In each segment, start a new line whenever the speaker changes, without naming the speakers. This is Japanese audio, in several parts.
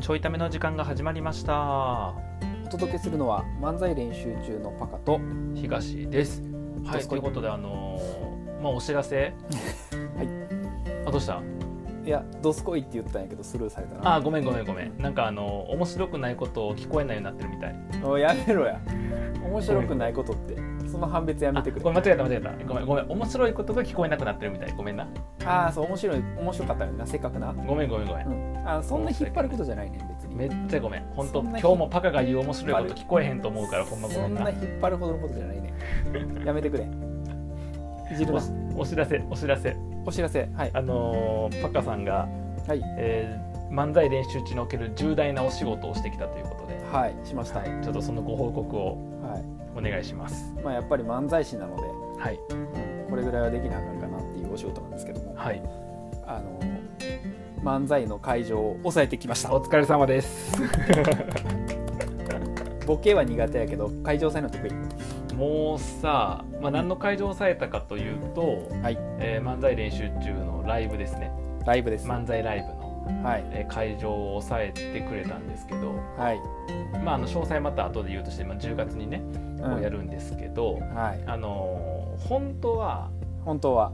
ちょいための時間が始まりました。
お届けするのは漫才練習中のパカと
東です。は
ど
い、
す
と
こ
いう
い
ことで、あのーまあ、お知らせ。
はい。
あ、どうした。
いや「どすこい」って言ったんやけどスルーされたな
あ、ごめん、ごめん、ごめん。なんか、あのー面白くないことを聞こえないようになってるみたい。
おいやめろや面白くないことってその判別やめてく
あご
れ
めん、間違えた、間違えた。ごめん、ごめん、面白いことが聞こえなくなってるみたい。ごめんな。
ああそう面白い面白かったよなせっかくな、
ごめん、ごめん、ごめ。
うんん、あそんな引っ張ることじゃないね別に
めっちゃごめん。本当、
そん
今
な
日もパカが言う面白いこと聞こえへんと思うから、ほんまご
そ
めん
ん
な
な。引っ張るほどのことじゃないねやめてくれいじる
お
な
しお知らせ、お知らせ。
お知らせはい
あのーパカさんが、
はい
えー漫才練習中における重大なお仕事をしてきたということで。
はいしました、
はい、ちょっとそのご報告を
はい
お願いします。
まあ、やっぱり漫才師なので
はい、
うんこれぐらいはできなあかんかなっていうお仕事なんですけども
はい、
あの漫才の会場を抑えてきました
お疲れ様です。
ボケは苦手やけど会場祭の得意
もうさ、まあ、何の会場を抑えたかというと、
はい
えー漫才練習中のライブですね。
ライブです、
漫才ライブの、
はい
えー会場を抑えてくれたんですけど、
はい、
まあ、あの詳細また後で言うとして、まあ、10月にね、
う
こ
ん
うやるんですけど、
はい
あのー本当は、
本当は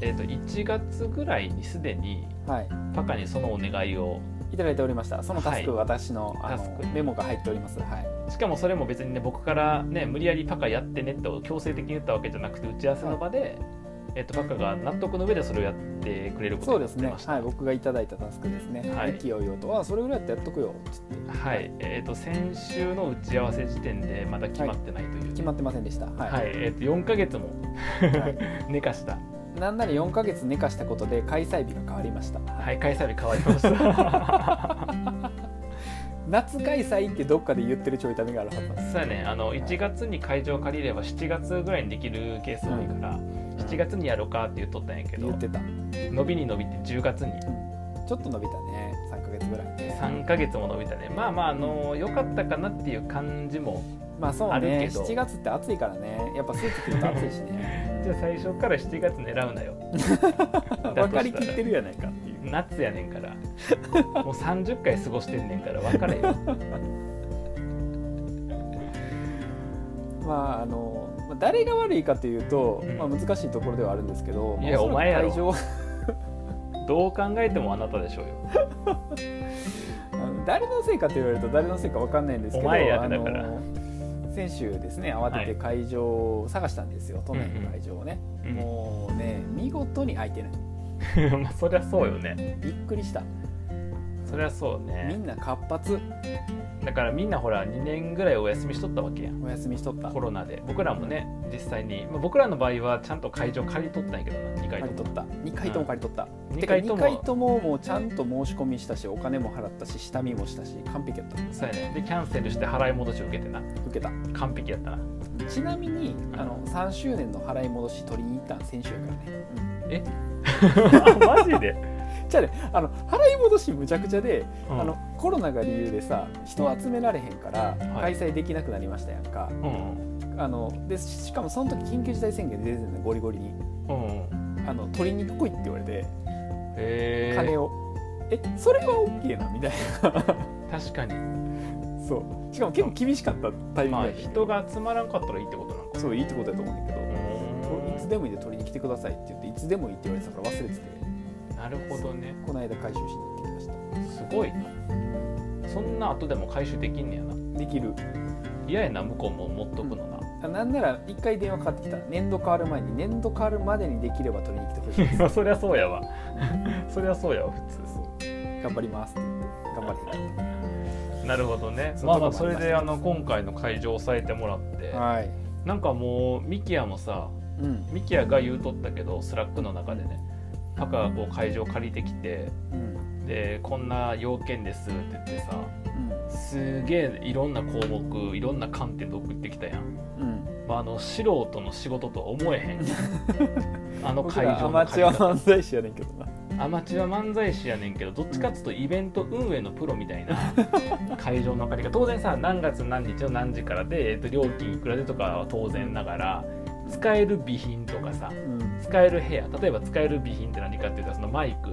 えー、と1月ぐらいにすでに
はい
パカにそのお願いを
いただいておりましたそのタスク、
は
私のあ
タス
の
ク
メモが入っておりますはい
しかもそれも別にね僕からね無理やりパカやってねと強制的に言ったわけじゃなくて打ち合わせの場で、えっと、パカが納得の上でそれをやってくれるこ
そ
と
う
にな
で
っ
す
て
ね
ました
はい僕がいただいたタスクですね、
はい
勢いよとあそれぐらいやってやっとくよつって
はいえっと先週の打ち合わせ時点でまだ決まってないという、
決まってませんでしたは
はい
い、
えっと4ヶ月も
は
寝かした、
いなんなら4か月寝かしたことで開催日が変わりました
はい、開催日変わりました
夏開催ってどっかで言ってるちょいためがあるはずなんです
そうやねあの1月に会場借りれば7月ぐらいにできるケース多いから、7月にやろうかって言っとったんやけど
言ってた
伸びに伸びて10月に
ちょっと伸びたね3か月ぐらいね
3ヶ月も伸びたねまあまああの良かったかなっていう感じも
まあそう
あるけ
ね
ど
7月って暑いからねやっぱスーツ着ると暑いし ね
じゃあ最初から7月狙うなよら
分かりきってるやないかっていう
夏やねんからもう30回過ごしてんねんから分かれよ
まああのまあ誰が悪いかというと、
うん
まあ、難しいところではあるんですけど
いや
まあ
お前やろ
会場
どう考えてもあなたでしょうよ
あの誰のせいかと言われると誰のせいか分かんないんですけど
お前やってだから
あの先週ですね慌てて会場を探したんですよ、都内の会場をね、
うん
もうね見事に空いてない
まあそりゃそう よね
びっくりした
そりゃそう
み
ね
んな活発
だからみんなほら2年ぐらいお休みしとったわけやん
お休みしとった
コロナで僕らもね実際に、まあ、僕らの場合はちゃんと会場借りとったんやけどな2回
借
と
り
も
取った2回とも借り取った、
うん
てか
二回と
2
も
回とももうちゃんと申し込みしたしお金も払ったし下見もしたし完璧やった受
そうやねでキャンセルして払い戻しを受けてな
けた
完璧やったな
ちなみに
ん
あの3周年の払い戻し取りに行ったん先週やからね、
あマジで、
じゃあねあの払い戻しむちゃくちゃで、
うん
あのコロナが理由でさ人集められへんから
はい
開催できなくなりましたやんか、
うん
あのでししかもその時緊急事態宣言出てたのゴリゴリに
うんうんうん
あの取りに来いって言われて
へ
金
え
を、えそれは OK なみたい
確かに
なそうしかも結構厳しかったタイミン
ま
グ
あ
やったけど
人が集まらんかったらいいってことなんか
そういいってことだと思うんだけど、いつ
う
でもいいんで取りに来てくださいって言っていつでもいいって言われてたから忘れてて
ーんなるほどね
この間回収しに行ってきました
すごいなそんな後でも回収できんねやな
できる
嫌やな向こうも持っとくのな、
あなんなら一回電話かかってきた年度変わる前に年度変わるまでにできれば取りに来てほし いです
まあそりゃそうやわそりゃそうやわ普
頑張りますって言って頑張れへんかっ
通なるほどね
そん
ま
な
あ
こ
ま
と
あそれで
も
あ
ありま
の今回の会場を押さえてもらって、
たはい、
なんかもうミキヤもさ
うん
ミキヤが言うとったけどスラックの中でねパカがこう会場借りてきて
うん
でこんな要件ですって言ってさ
うん
すげえいろんな項目いろんな観点で送ってきたやん、
うん、
まあ、あの素人の仕事とは思え へんあの
僕
会
らア
場
マ
の
チュ
借
ア
り方
漫才師やねんけどな
アマチュア漫才師やねんけどどっちかっつうとイベント運営のプロみた いな会場の借り方当然さ何月何日の何時からで、えっと料金いくらでとかは当然ながら使える備品とかさ
うんうん
使える部屋例えば使える備品って何かっていうとそのマイク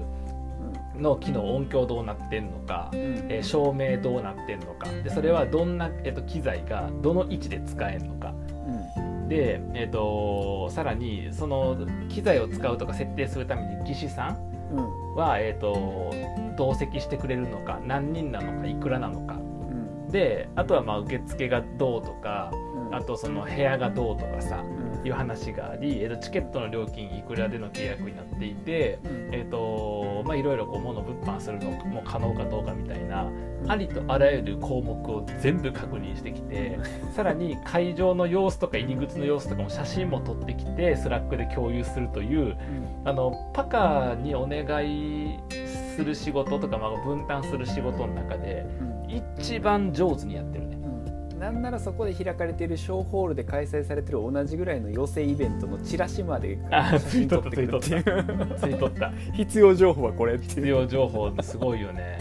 の機能音響どうなってんのか、
うん
えー照明どうなってんのかでそれはどんな、えっと機材がどの位置で使えんのかで、えっとさらにその機材を使うとか設定するために技師さん
うん
は、えっと同席してくれるのか何人なのかいくらなのか
うん
であとはまあ受付がどうとか
うん
あとその部屋がどうとかさ
うん
いう話があり、えっとチケットの料金いくらでの契約になっていて。
うん
えっとまあ、いろいろこう物を物販するのも可能かどうかみたいな
うん
ありとあらゆる項目を全部確認してき てさらに会場の様子とか入り口の様子とかも写真も撮ってきてスラックで共有するという
うん
あのパカにお願いする仕事とか、まあ、分担する仕事の中で一番上手にやってるね
うんなんならそこで開かれているショーホールで開催されてる同じぐらいの寄せイベントのチラシまで
あ
写真撮ってくるってい
つ
う
吸い取った
必要情報はこれって
必
いう
要情報すごいよね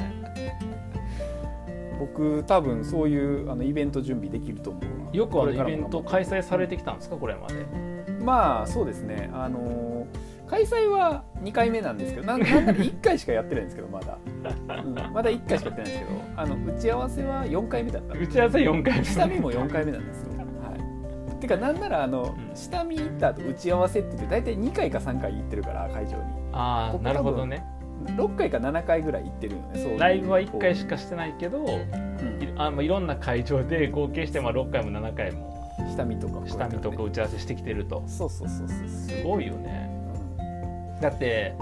僕多分そういうあのイベント準備できると思うわ
よくあ
こ
の
れ
イ
からも
ベント開催されてきたんですかこれまで
まあそうですねあのー開催は2回目なんですけどなんなんなら1回しかやってないんですけどまだ、うんまだ1回しかやってないんですけどあの打ち合わせは4回目だったの
打ち合わせ4回目
下見も4回目なんですよはいてかなんならあ
う
の、
ん
下見行った後打ち合わせって言って大体2回か3回行ってるから会場に
ああなるほどね
6回か7回ぐらい行ってるよねそういう
ライブは1回
こ
しかしてないけど
ううん
いあまあいろんな会場で合計してまあ6回も7回も
下見とかこうやって
下見とか打ち合わせしてきてると
そうそうそうそう
す
そ
ごいよね
う
だって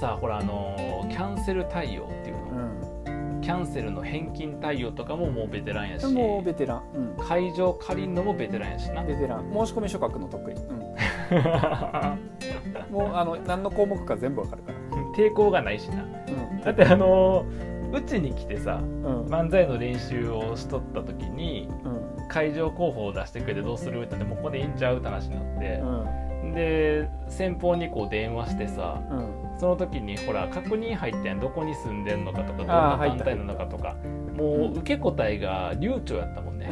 さあほらあのーキャンセル対応っていう
うん、
の、
うん
キャンセルの返金対応とかももうベテランやし
でもベテラン、うん、
会場借りるのもベテランやしな
ベテラン申し込み書書くの得意、うん、もうあの何の項目か全部わかるから
抵抗がないしなだってあのーうちに来てさ
うんうん
漫才の練習をしとった時に
うん
会場候補を出してくれてどうするってなってもうここでいいんちゃうって話になって、
うん
で先方にこう電話してさ
うん
その時にほら確認入ってんどこに住んでんのかとかどんな
あー入っ
団
た
体なのかとか
う
も
ん
う受け答えが流暢やったもん ね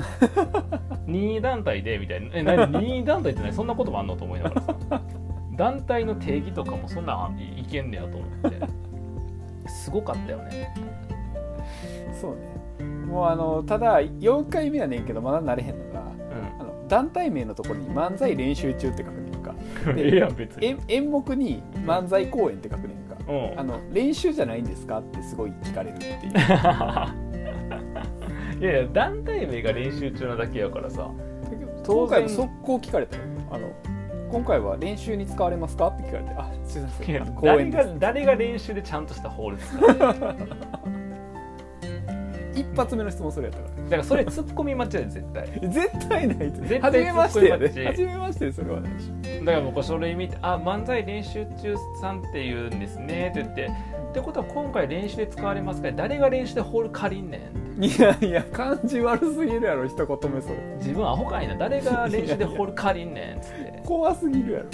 任意団体でみたいなえ何任意団体って何そんなこともあんのと思いながらさ団体の定義とかもそんなんいいけんねやと思ってすごかったよね
そうねもうあのただ4回目やねんけどまだ慣れへんのがあの団体名のところに「漫才練習中」って書くねんか
うん
で
ええやん別に
演演目に「漫才公演」って書くねんか
う
「
ん
あの練習じゃないんですか?」ってすごい聞かれるっていう
いやいや団体名が練習中なだけやからさ
今
当然
回も速攻聞かれたよあの今回は練習に使われますかって聞かれて「あすいませ
い
んあ
や
の公
誰
演で
が
す
誰が練習でちゃんとした法律だ」
一発目の質問それやったから
からそれツッコミ待ちやで絶対
絶対ないと
絶対
初めましてやで
ツッコミマッ
初
チ
めましてでそれはないし
だからもうこう書類見て「あ漫才練習中さんって言うんですね」って言って「ってことは今回練習で使われますから誰が練習でホール借りんねん」って
いやいや感じ悪すぎるやろ一言目それ
自分アホかいな誰が練習でホール借りんねん」っつって
怖すぎるやろ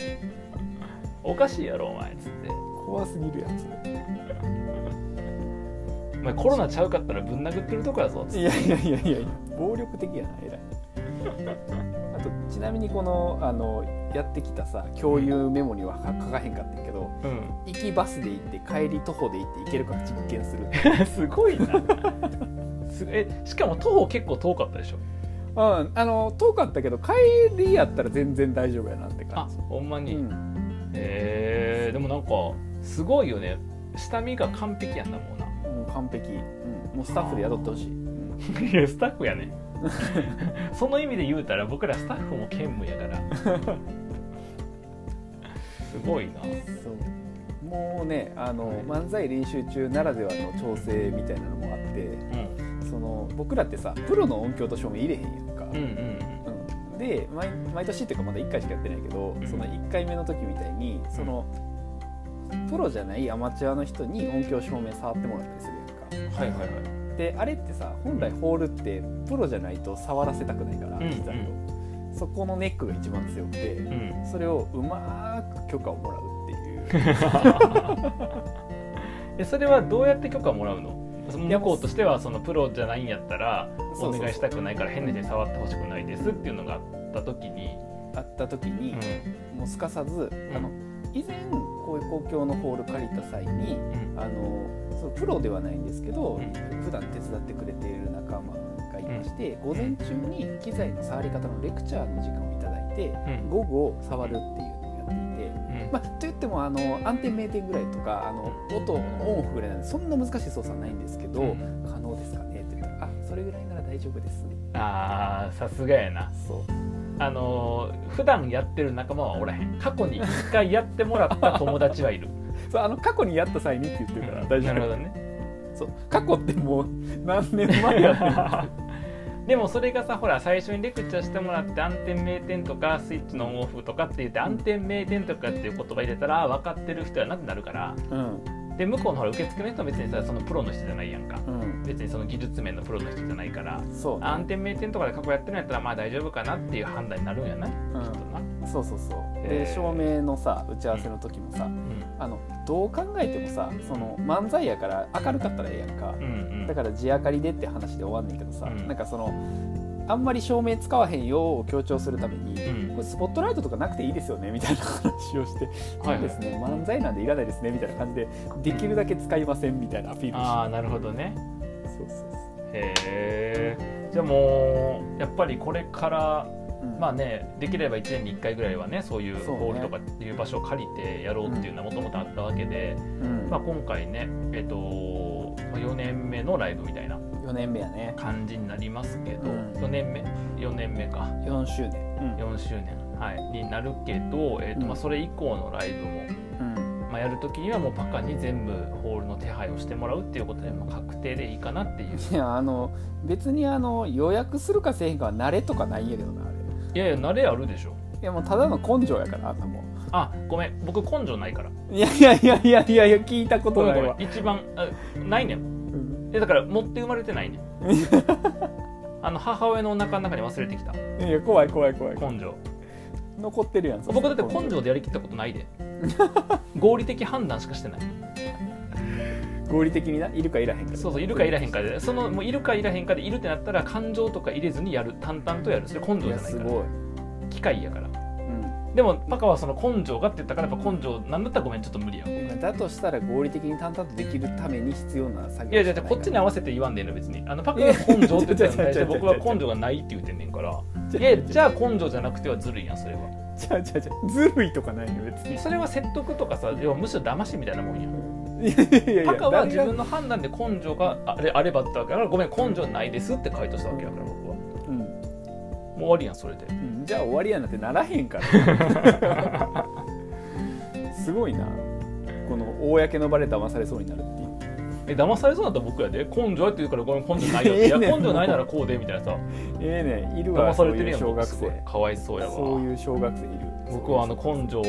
「おかしいやろお前」っつって。
怖すぎるやんそ
お前コロナちゃうかったらぶん殴ってるとこやぞっつっ
れいやいやいやいやいや暴力的やな偉いあとちなみにこのあのやってきたさ共有メモには書書かへんかったんやけど
て、うん、
行きバスで行って帰り徒歩で行って行けるか実験する
すごいな すえしかも徒歩結構遠かったでしょ
うんあの遠かったけど帰りやったら全然大丈夫やなって
あ
感じ
ほんまに、
うん
えー、でもなんかすごいよね下見が完璧やんだもんな
もう完璧、うん、もうスタッフで雇ってほしい、うん
いやスタッフやね その意味で言うたら僕らスタッフも兼務やからすごいな
そうもうねあの、漫才練習中ならではの調整みたいなのもあって
うん
その僕らってさプロの音響と照明入れへんやんか、
うん
うんで毎毎年っていうかまだ1回しかやってないけど、
うん
その1回目の時みたいにその、プロじゃないアマチュアの人に音響照明触ってもらったりする
う
やん
ん
か
はいはいはい
であれってさ本来ホールってプロじゃないと触らせたくないから
うん
機材を、そこのネックが一番強くて、
うん
それをうまーく許可をもらうっていう
えそれはどうやって許可もらうのその
いや
向こうとしてはそのプロじゃないんやったら
そうそう
お
そう
願いしたくないから変な人に触ってほしくないですっていうのがあった時に、
あった時に、
うん
もうすかさず、あの以前こういう公共のホール借りた際に
うん
あのそのプロではないんですけど、
うん
普段手伝ってくれている仲間がいまして、午前中に機材の触り方のレクチャーの時間をいただいて
うん
午後触るっていうのをやっていて。
うん
まあ、と言ってもあの暗転明転ぐらいとかあの音のオンオフぐらいなんでそんな難しい操作はないんですけど、
うん
可能ですかねって言ったら「あそれぐらいなら大丈夫です」
あーさすがやな
そう
あのー普段やってる仲間はおらへん過去に一回やってもらった友達はい る
そうあの過去にやった際にって言ってるから大丈
なるほ
夫
ど ね
そう過去ってもう何年前やってる
でもそれがさほら最初にレクチャーしてもらって暗転明転とかスイッチのオンオフとかって言って暗転明転とかっていう言葉入れたら分かってる人やなってなるから
うん
で向こうのほら受付の人は別にさそのプロの人じゃないやんか
うん
別にその技術面のプロの人じゃないから
そうね
暗転明転とかで過去やってるんやったらまあ大丈夫かなっていう判断になるんやなきっ
うん
とな、
そうそうそう
へ
で
ー
照明のさ打ち合わせの時もさあのどう考えてもさその漫才やから明るかったらええやんか
うん、うんうん
だから地明かりでって話で終わんねんけどさ、
うん
なんかそのあんまり照明使わへんよを強調するために、
うん
これスポットライトとかなくていいですよねみたいな話をして、
はいはい
そうですね漫才なんでいらないですねみたいな感じでできるだけ使いませんみたいなアピール
あ
を
あなるほどね
してそうそうそ
へえじゃあもうやっぱりこれから
う、うん
まあねできれば1年に1回ぐらいはねそういう
そうね
ホールとかっていう場所を借りてやろうっていうのはもともとあったわけで、
うん
まあ、今回ねえっ、と4年目のライブみたいな
4年目やね
感じになりますけど、
うん
4年目4年目か
4周年
4周年、はい、になるけど、えーとま
う
あ、
ん
それ以降のライブも、
うん、うん
まあ、やる時にはもうパカに全部ホールの手配をしてもらうっていうことで、まあ、確定でいいかなっていう
いやあの別にあの予約するかせえへんかは慣れとかないんやけどなあれい
いやいや慣れあるでしょ
やもうただの根性やからあんなもん
あごめん僕根性ないから
いやいやいやいやいやいや聞いたこ
ご
と
めん
ない
ごめ
わ
ん、一番あないねん
うん
えだから持って生まれて ないねんあの母親のお腹の中に忘れてきた
いや怖い怖い怖い
根性
残ってるやん
僕だって根性でやりきったことないで合理的判断しかしてない
合理的にないるかいらへんか
そうそういるかいらへんかでそのもういるかいらへんかでいるってなったら感情とか入れずにやる淡々とやるそれ根性
い
じゃ
や
ない
す
から
ごい、
機械やから
うん、
でもパカはその根性がって言ったからやっぱ根性なんだったらごめんちょっと無理やわい
だとしたら合理的に淡々とできるために必要な作業
やいやいやこっちに合わせて言わんでええの別にあのパカが根性って言ったら
いやいやいやいやいや
僕は根性がないって言ってんねんから
じ
い
ゃ
やじゃあ根性じゃなくてはずるいやんそれは
じゃじゃじゃずるいとかないよ別に
それは説得とかさ要はむしろ騙しみたいなもんや
いやいやいや
パカは
誰
自
が
分の判断で根性があれあればってわけだからごめん根性ないですって回答したわけだから僕はも
うん
う終わりやんそれで
うん、じゃあ終わりやなってならへんから すごいなこの公の場で騙されそうになるっていう
え騙されそうだったら僕やで根性やって言うからごめん根性ないよっていや
ええねん
根性ないならこうでみたいなさ
ええねいるわ
騙さ
そう
れてる
い
や
うん小学
僕すごい
生
かわいそうやわ
そういう小学生いる
僕はあの根性を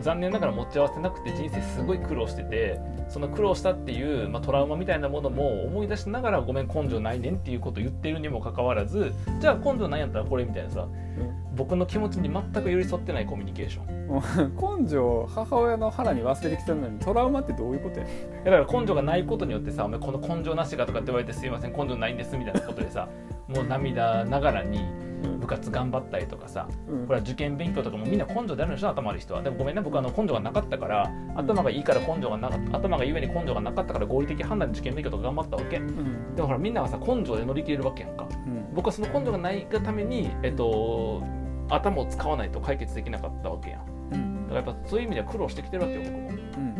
残念ながら持ち合わせなくて人生すごい苦労しててその苦労したっていう、まあ、トラウマみたいなものも思い出しながらごめん根性ないねんっていうことを言ってるにもかかわらずじゃあ根性ないんやったらこれみたいなさ僕の気持ちに全く寄り添ってないコミュニケーション
根性母親の腹に忘れてきたのにトラウマってどういうことやね
いやだから根性がないことによってさ「お前この根性なしが」とかって言われて「すいません根性ないんです」みたいなことでさもう涙ながらに部活頑張ったりとかさ
ん
これは受験勉強とかもみんな根性であるんでしょ頭ある人はでもごめんね僕あの根性がなかったから頭がいいから根性がなかった頭がゆえに根性がなかったから合理的判断で受験勉強とか頑張ったわけで
うん
もほらみんながさ根性で乗り切れるわけやんか
うん
僕はその根性がないがためにえっと頭を使わないと解決できなかったわけやん
うん
だからやっぱそういう意味では苦労してきてるわけよ僕も
うん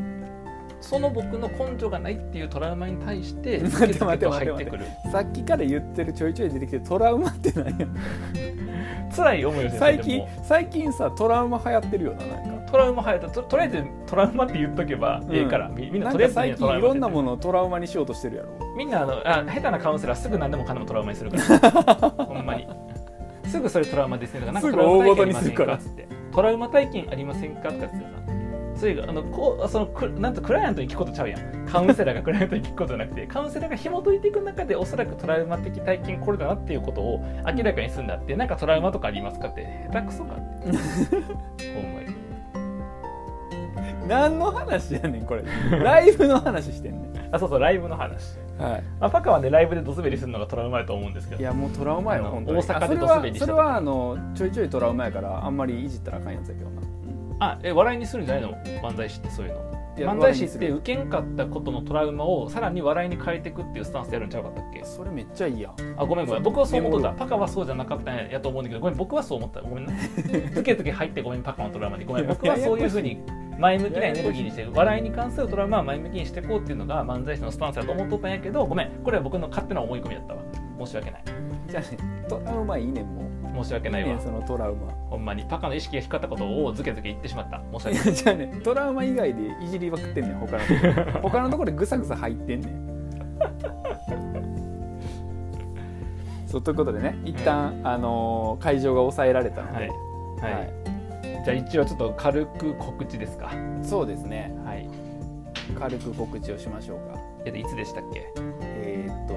その僕の根性がないっていうトラウマに対して
待って
スケスケと入ってくる
さっきから言ってるちょいちょい出てきてトラウマって何や
辛い思いをして
最
で
近
も
最近さトラウマ流行ってるよななんか
トラウマはやったととりあえずトラウマって言っとけばええから、みみんな
な
と
ん
りあえ
か
ず
最
みんなトラ
近
ウ
い
マ
ろんなも
の
のをトラウマにしようとしてるやろ
みんなあのあ下手なカウンセラーすぐ何でもかんでもトラウマにするから ほんまにすぐそれトラウマですねとかなんか
す
ト
ぐ
ラウ
大
マ体
ごと
験あり
に
ますせん
るから
かつってトラウマ体験ありませんかとかっつってさそれがあのこうそのくなんとクライアントに聞くことちゃうやんカウンセラーがクライアントに聞くことじゃなくてカウンセラーが紐解いていく中でおそらくトラウマ的体験これだなっていうことを明らかにするんだってなんかトラウマとかありますかって下手くそかってほ んまに
何の話やねんこれライブの話してんね
あそうそうライブの話、
ん、は
まあ、パカはねライブでドスベリするのがトラウマやと思うんですけ
い、い
ど
やもうトラウマよ
あの
本当に
大阪で
あそれ
ドス
は
ベリし
そ
た
れ
時
はあのちょいちょいトラウマやからあんまりいじったらあかんやつやけどな、うん
あえ笑いにするんじゃないの漫才師ってそういうの
いや
漫才師っ
笑いにす
て
る
受けんかったことのトラウマをさらに笑いに変えていくっていうスタンスでやるんちゃうかったっけ
それめっちゃいいやん
あごめんごめん僕はそう思っとったパカはそうじゃなかったんやと思うんだけどごめん僕はそう思ったごめんな ズケズケ入ってごめんパカのトラウマにごめん僕はそういうふうに前向きなエネルギーにしてる笑いに関するトラウマは前向きにしていこうっていうのが漫才師のスタンスだと思っとったんやけどごめんこれは僕の勝手な思い込みだったわ申し訳ない
じゃあねトラウマいいねんもう
申し訳ない
いいねん
わ
そのトラウマ
ほんまにパカの意識が光ったことをズケズケ言ってしまった申し訳
い
ない
やじゃあねトラウマ以外でいじりまくってんねん他のとこ ろ他のところでぐさぐさ入ってんねんそうということでね一旦、あのー会場が抑えられたの
は
で、
いはい、じゃあ一応ちょっと軽く告知ですか
はいそうですね
はい
軽く告知をしましょうか
えっといつでしたっけ
えーっ、と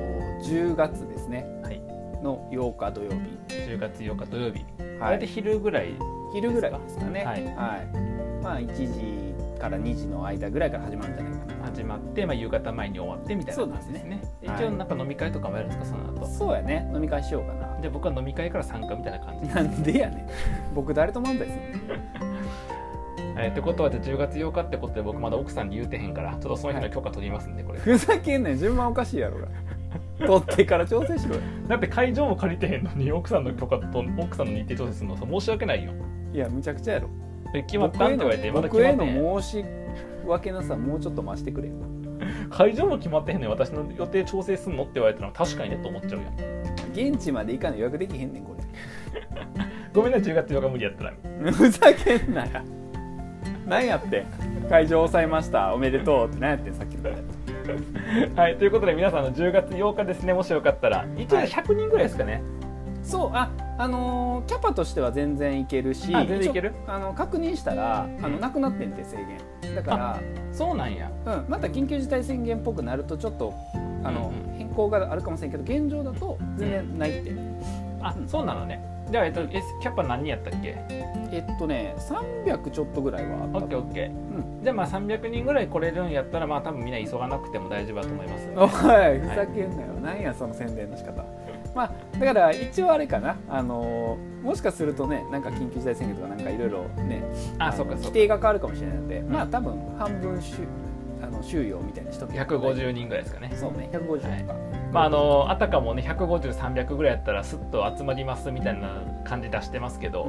10月ですね
はい
の8日土曜
10月8日土曜日、
日、
あ
は
れで
い、
昼ぐらい
昼ぐらいですかね
はい
はいまあ1時から2時の間ぐらいから始まるんじゃないかな
始まって、まあ、夕方前に終わってみたいな感じですね
そうですね
一応
はい
なんか飲み会とかもやるんですかその後
そうやね飲み会しようかな
じゃあ僕は飲み会から参加みたいな感じ、
なんでやねん僕誰と漫才すん
えーってことはじゃあ10月8日ってことで僕まだ奥さんに言うてへんからちょっとその日の許可取りますんでこれ、
のふざけんなよ順番おかしいやろが取ってから調整しろよ
だって会場も借りてへんのに奥さんの許可と奥さんの日程調整するのさ申し訳ないよ
いやむちゃくちゃやろ
え決まったんって言われてまだ決
僕
ま
へ
ってへん
の申し訳なさもうちょっと増してくれよ
会場も決まってへんのに私の予定調整すんのって言われたら確かにねと思っちゃうやん
現地まで行かない予約できへんねんこれ
ごめんな10月8日無理やったら
ふざけんなよ何やってん会場抑えましたおめでとうって何やってんさっきの
はい、ということで皆さんの10月8日ですね、もしよかったら、一応
はい
100人ぐらいですかね、
そうああのーキャパとしては全然いけるし
あ全然いける
一応あの確認したらあのなくなってんて制限だから
そうなんや、
うん、また緊急事態宣言っぽくなるとちょっとあの、
うん
変更があるかもしれんけど現状だと全然ないって、
あ
うん
そうなのね、じゃあ、えっと、S キャパ何人やったっけ、
えっとね300ちょっとぐらいはあ
オ
っ
ッケーオッケー、じゃあ、まあ300人ぐらい来れるんやったら、まあ多分みんな急がなくても大丈夫だと思います
た、おいふざけんなよ、なんやその宣伝の仕方まあだから一応あれかなあのもしかするとねなんか緊急事態宣言とかなんかいろいろね
あ、
の
そうか、そう
規
か、
定が変わるかもしれないので、
ん
まあ多分半分収あの収容みたいにしとけば
150人ぐらいですかね、
そうね150とか、
まああのあたかもね、150、300ぐらいやったら、すっと集まりますみたいな感じ出してますけど、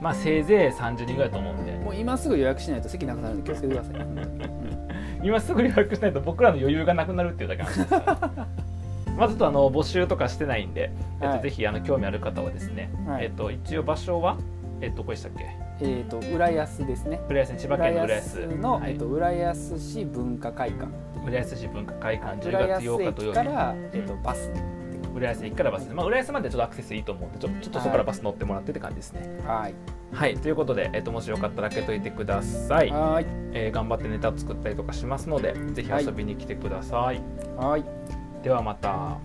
まあせいぜい30人ぐらいだと思うんで、
もう今すぐ予約しないと席なくなるんで気をつけてください 本当に
今すぐ予約しないと僕らの余裕がなくなるっていうだけなんですよまあちょっとあの募集とかしてないんで、えっ
は
と、ぜ
い
ひあの興味ある方はですね、
はい
えっと、一応場所は、えっと、どこでしたっけ
えっ、と浦安ですね
浦安ね千葉県の浦安
浦安の、
はい
えっと浦安市文化会館
浦安市文化会館10
浦
月
安
8日土曜
駅か
日
ら、えっとバス
浦安駅からバスで、まあ、浦安までちょっとアクセスいいと思うんでちょちょっとそこからバス乗ってもらってって感じですね
はい
はいということで、えっと、もしよかったら開けといてください、
はい
えー頑張ってネタ作ったりとかしますのでぜひ遊びに来てください、
はい
ではまた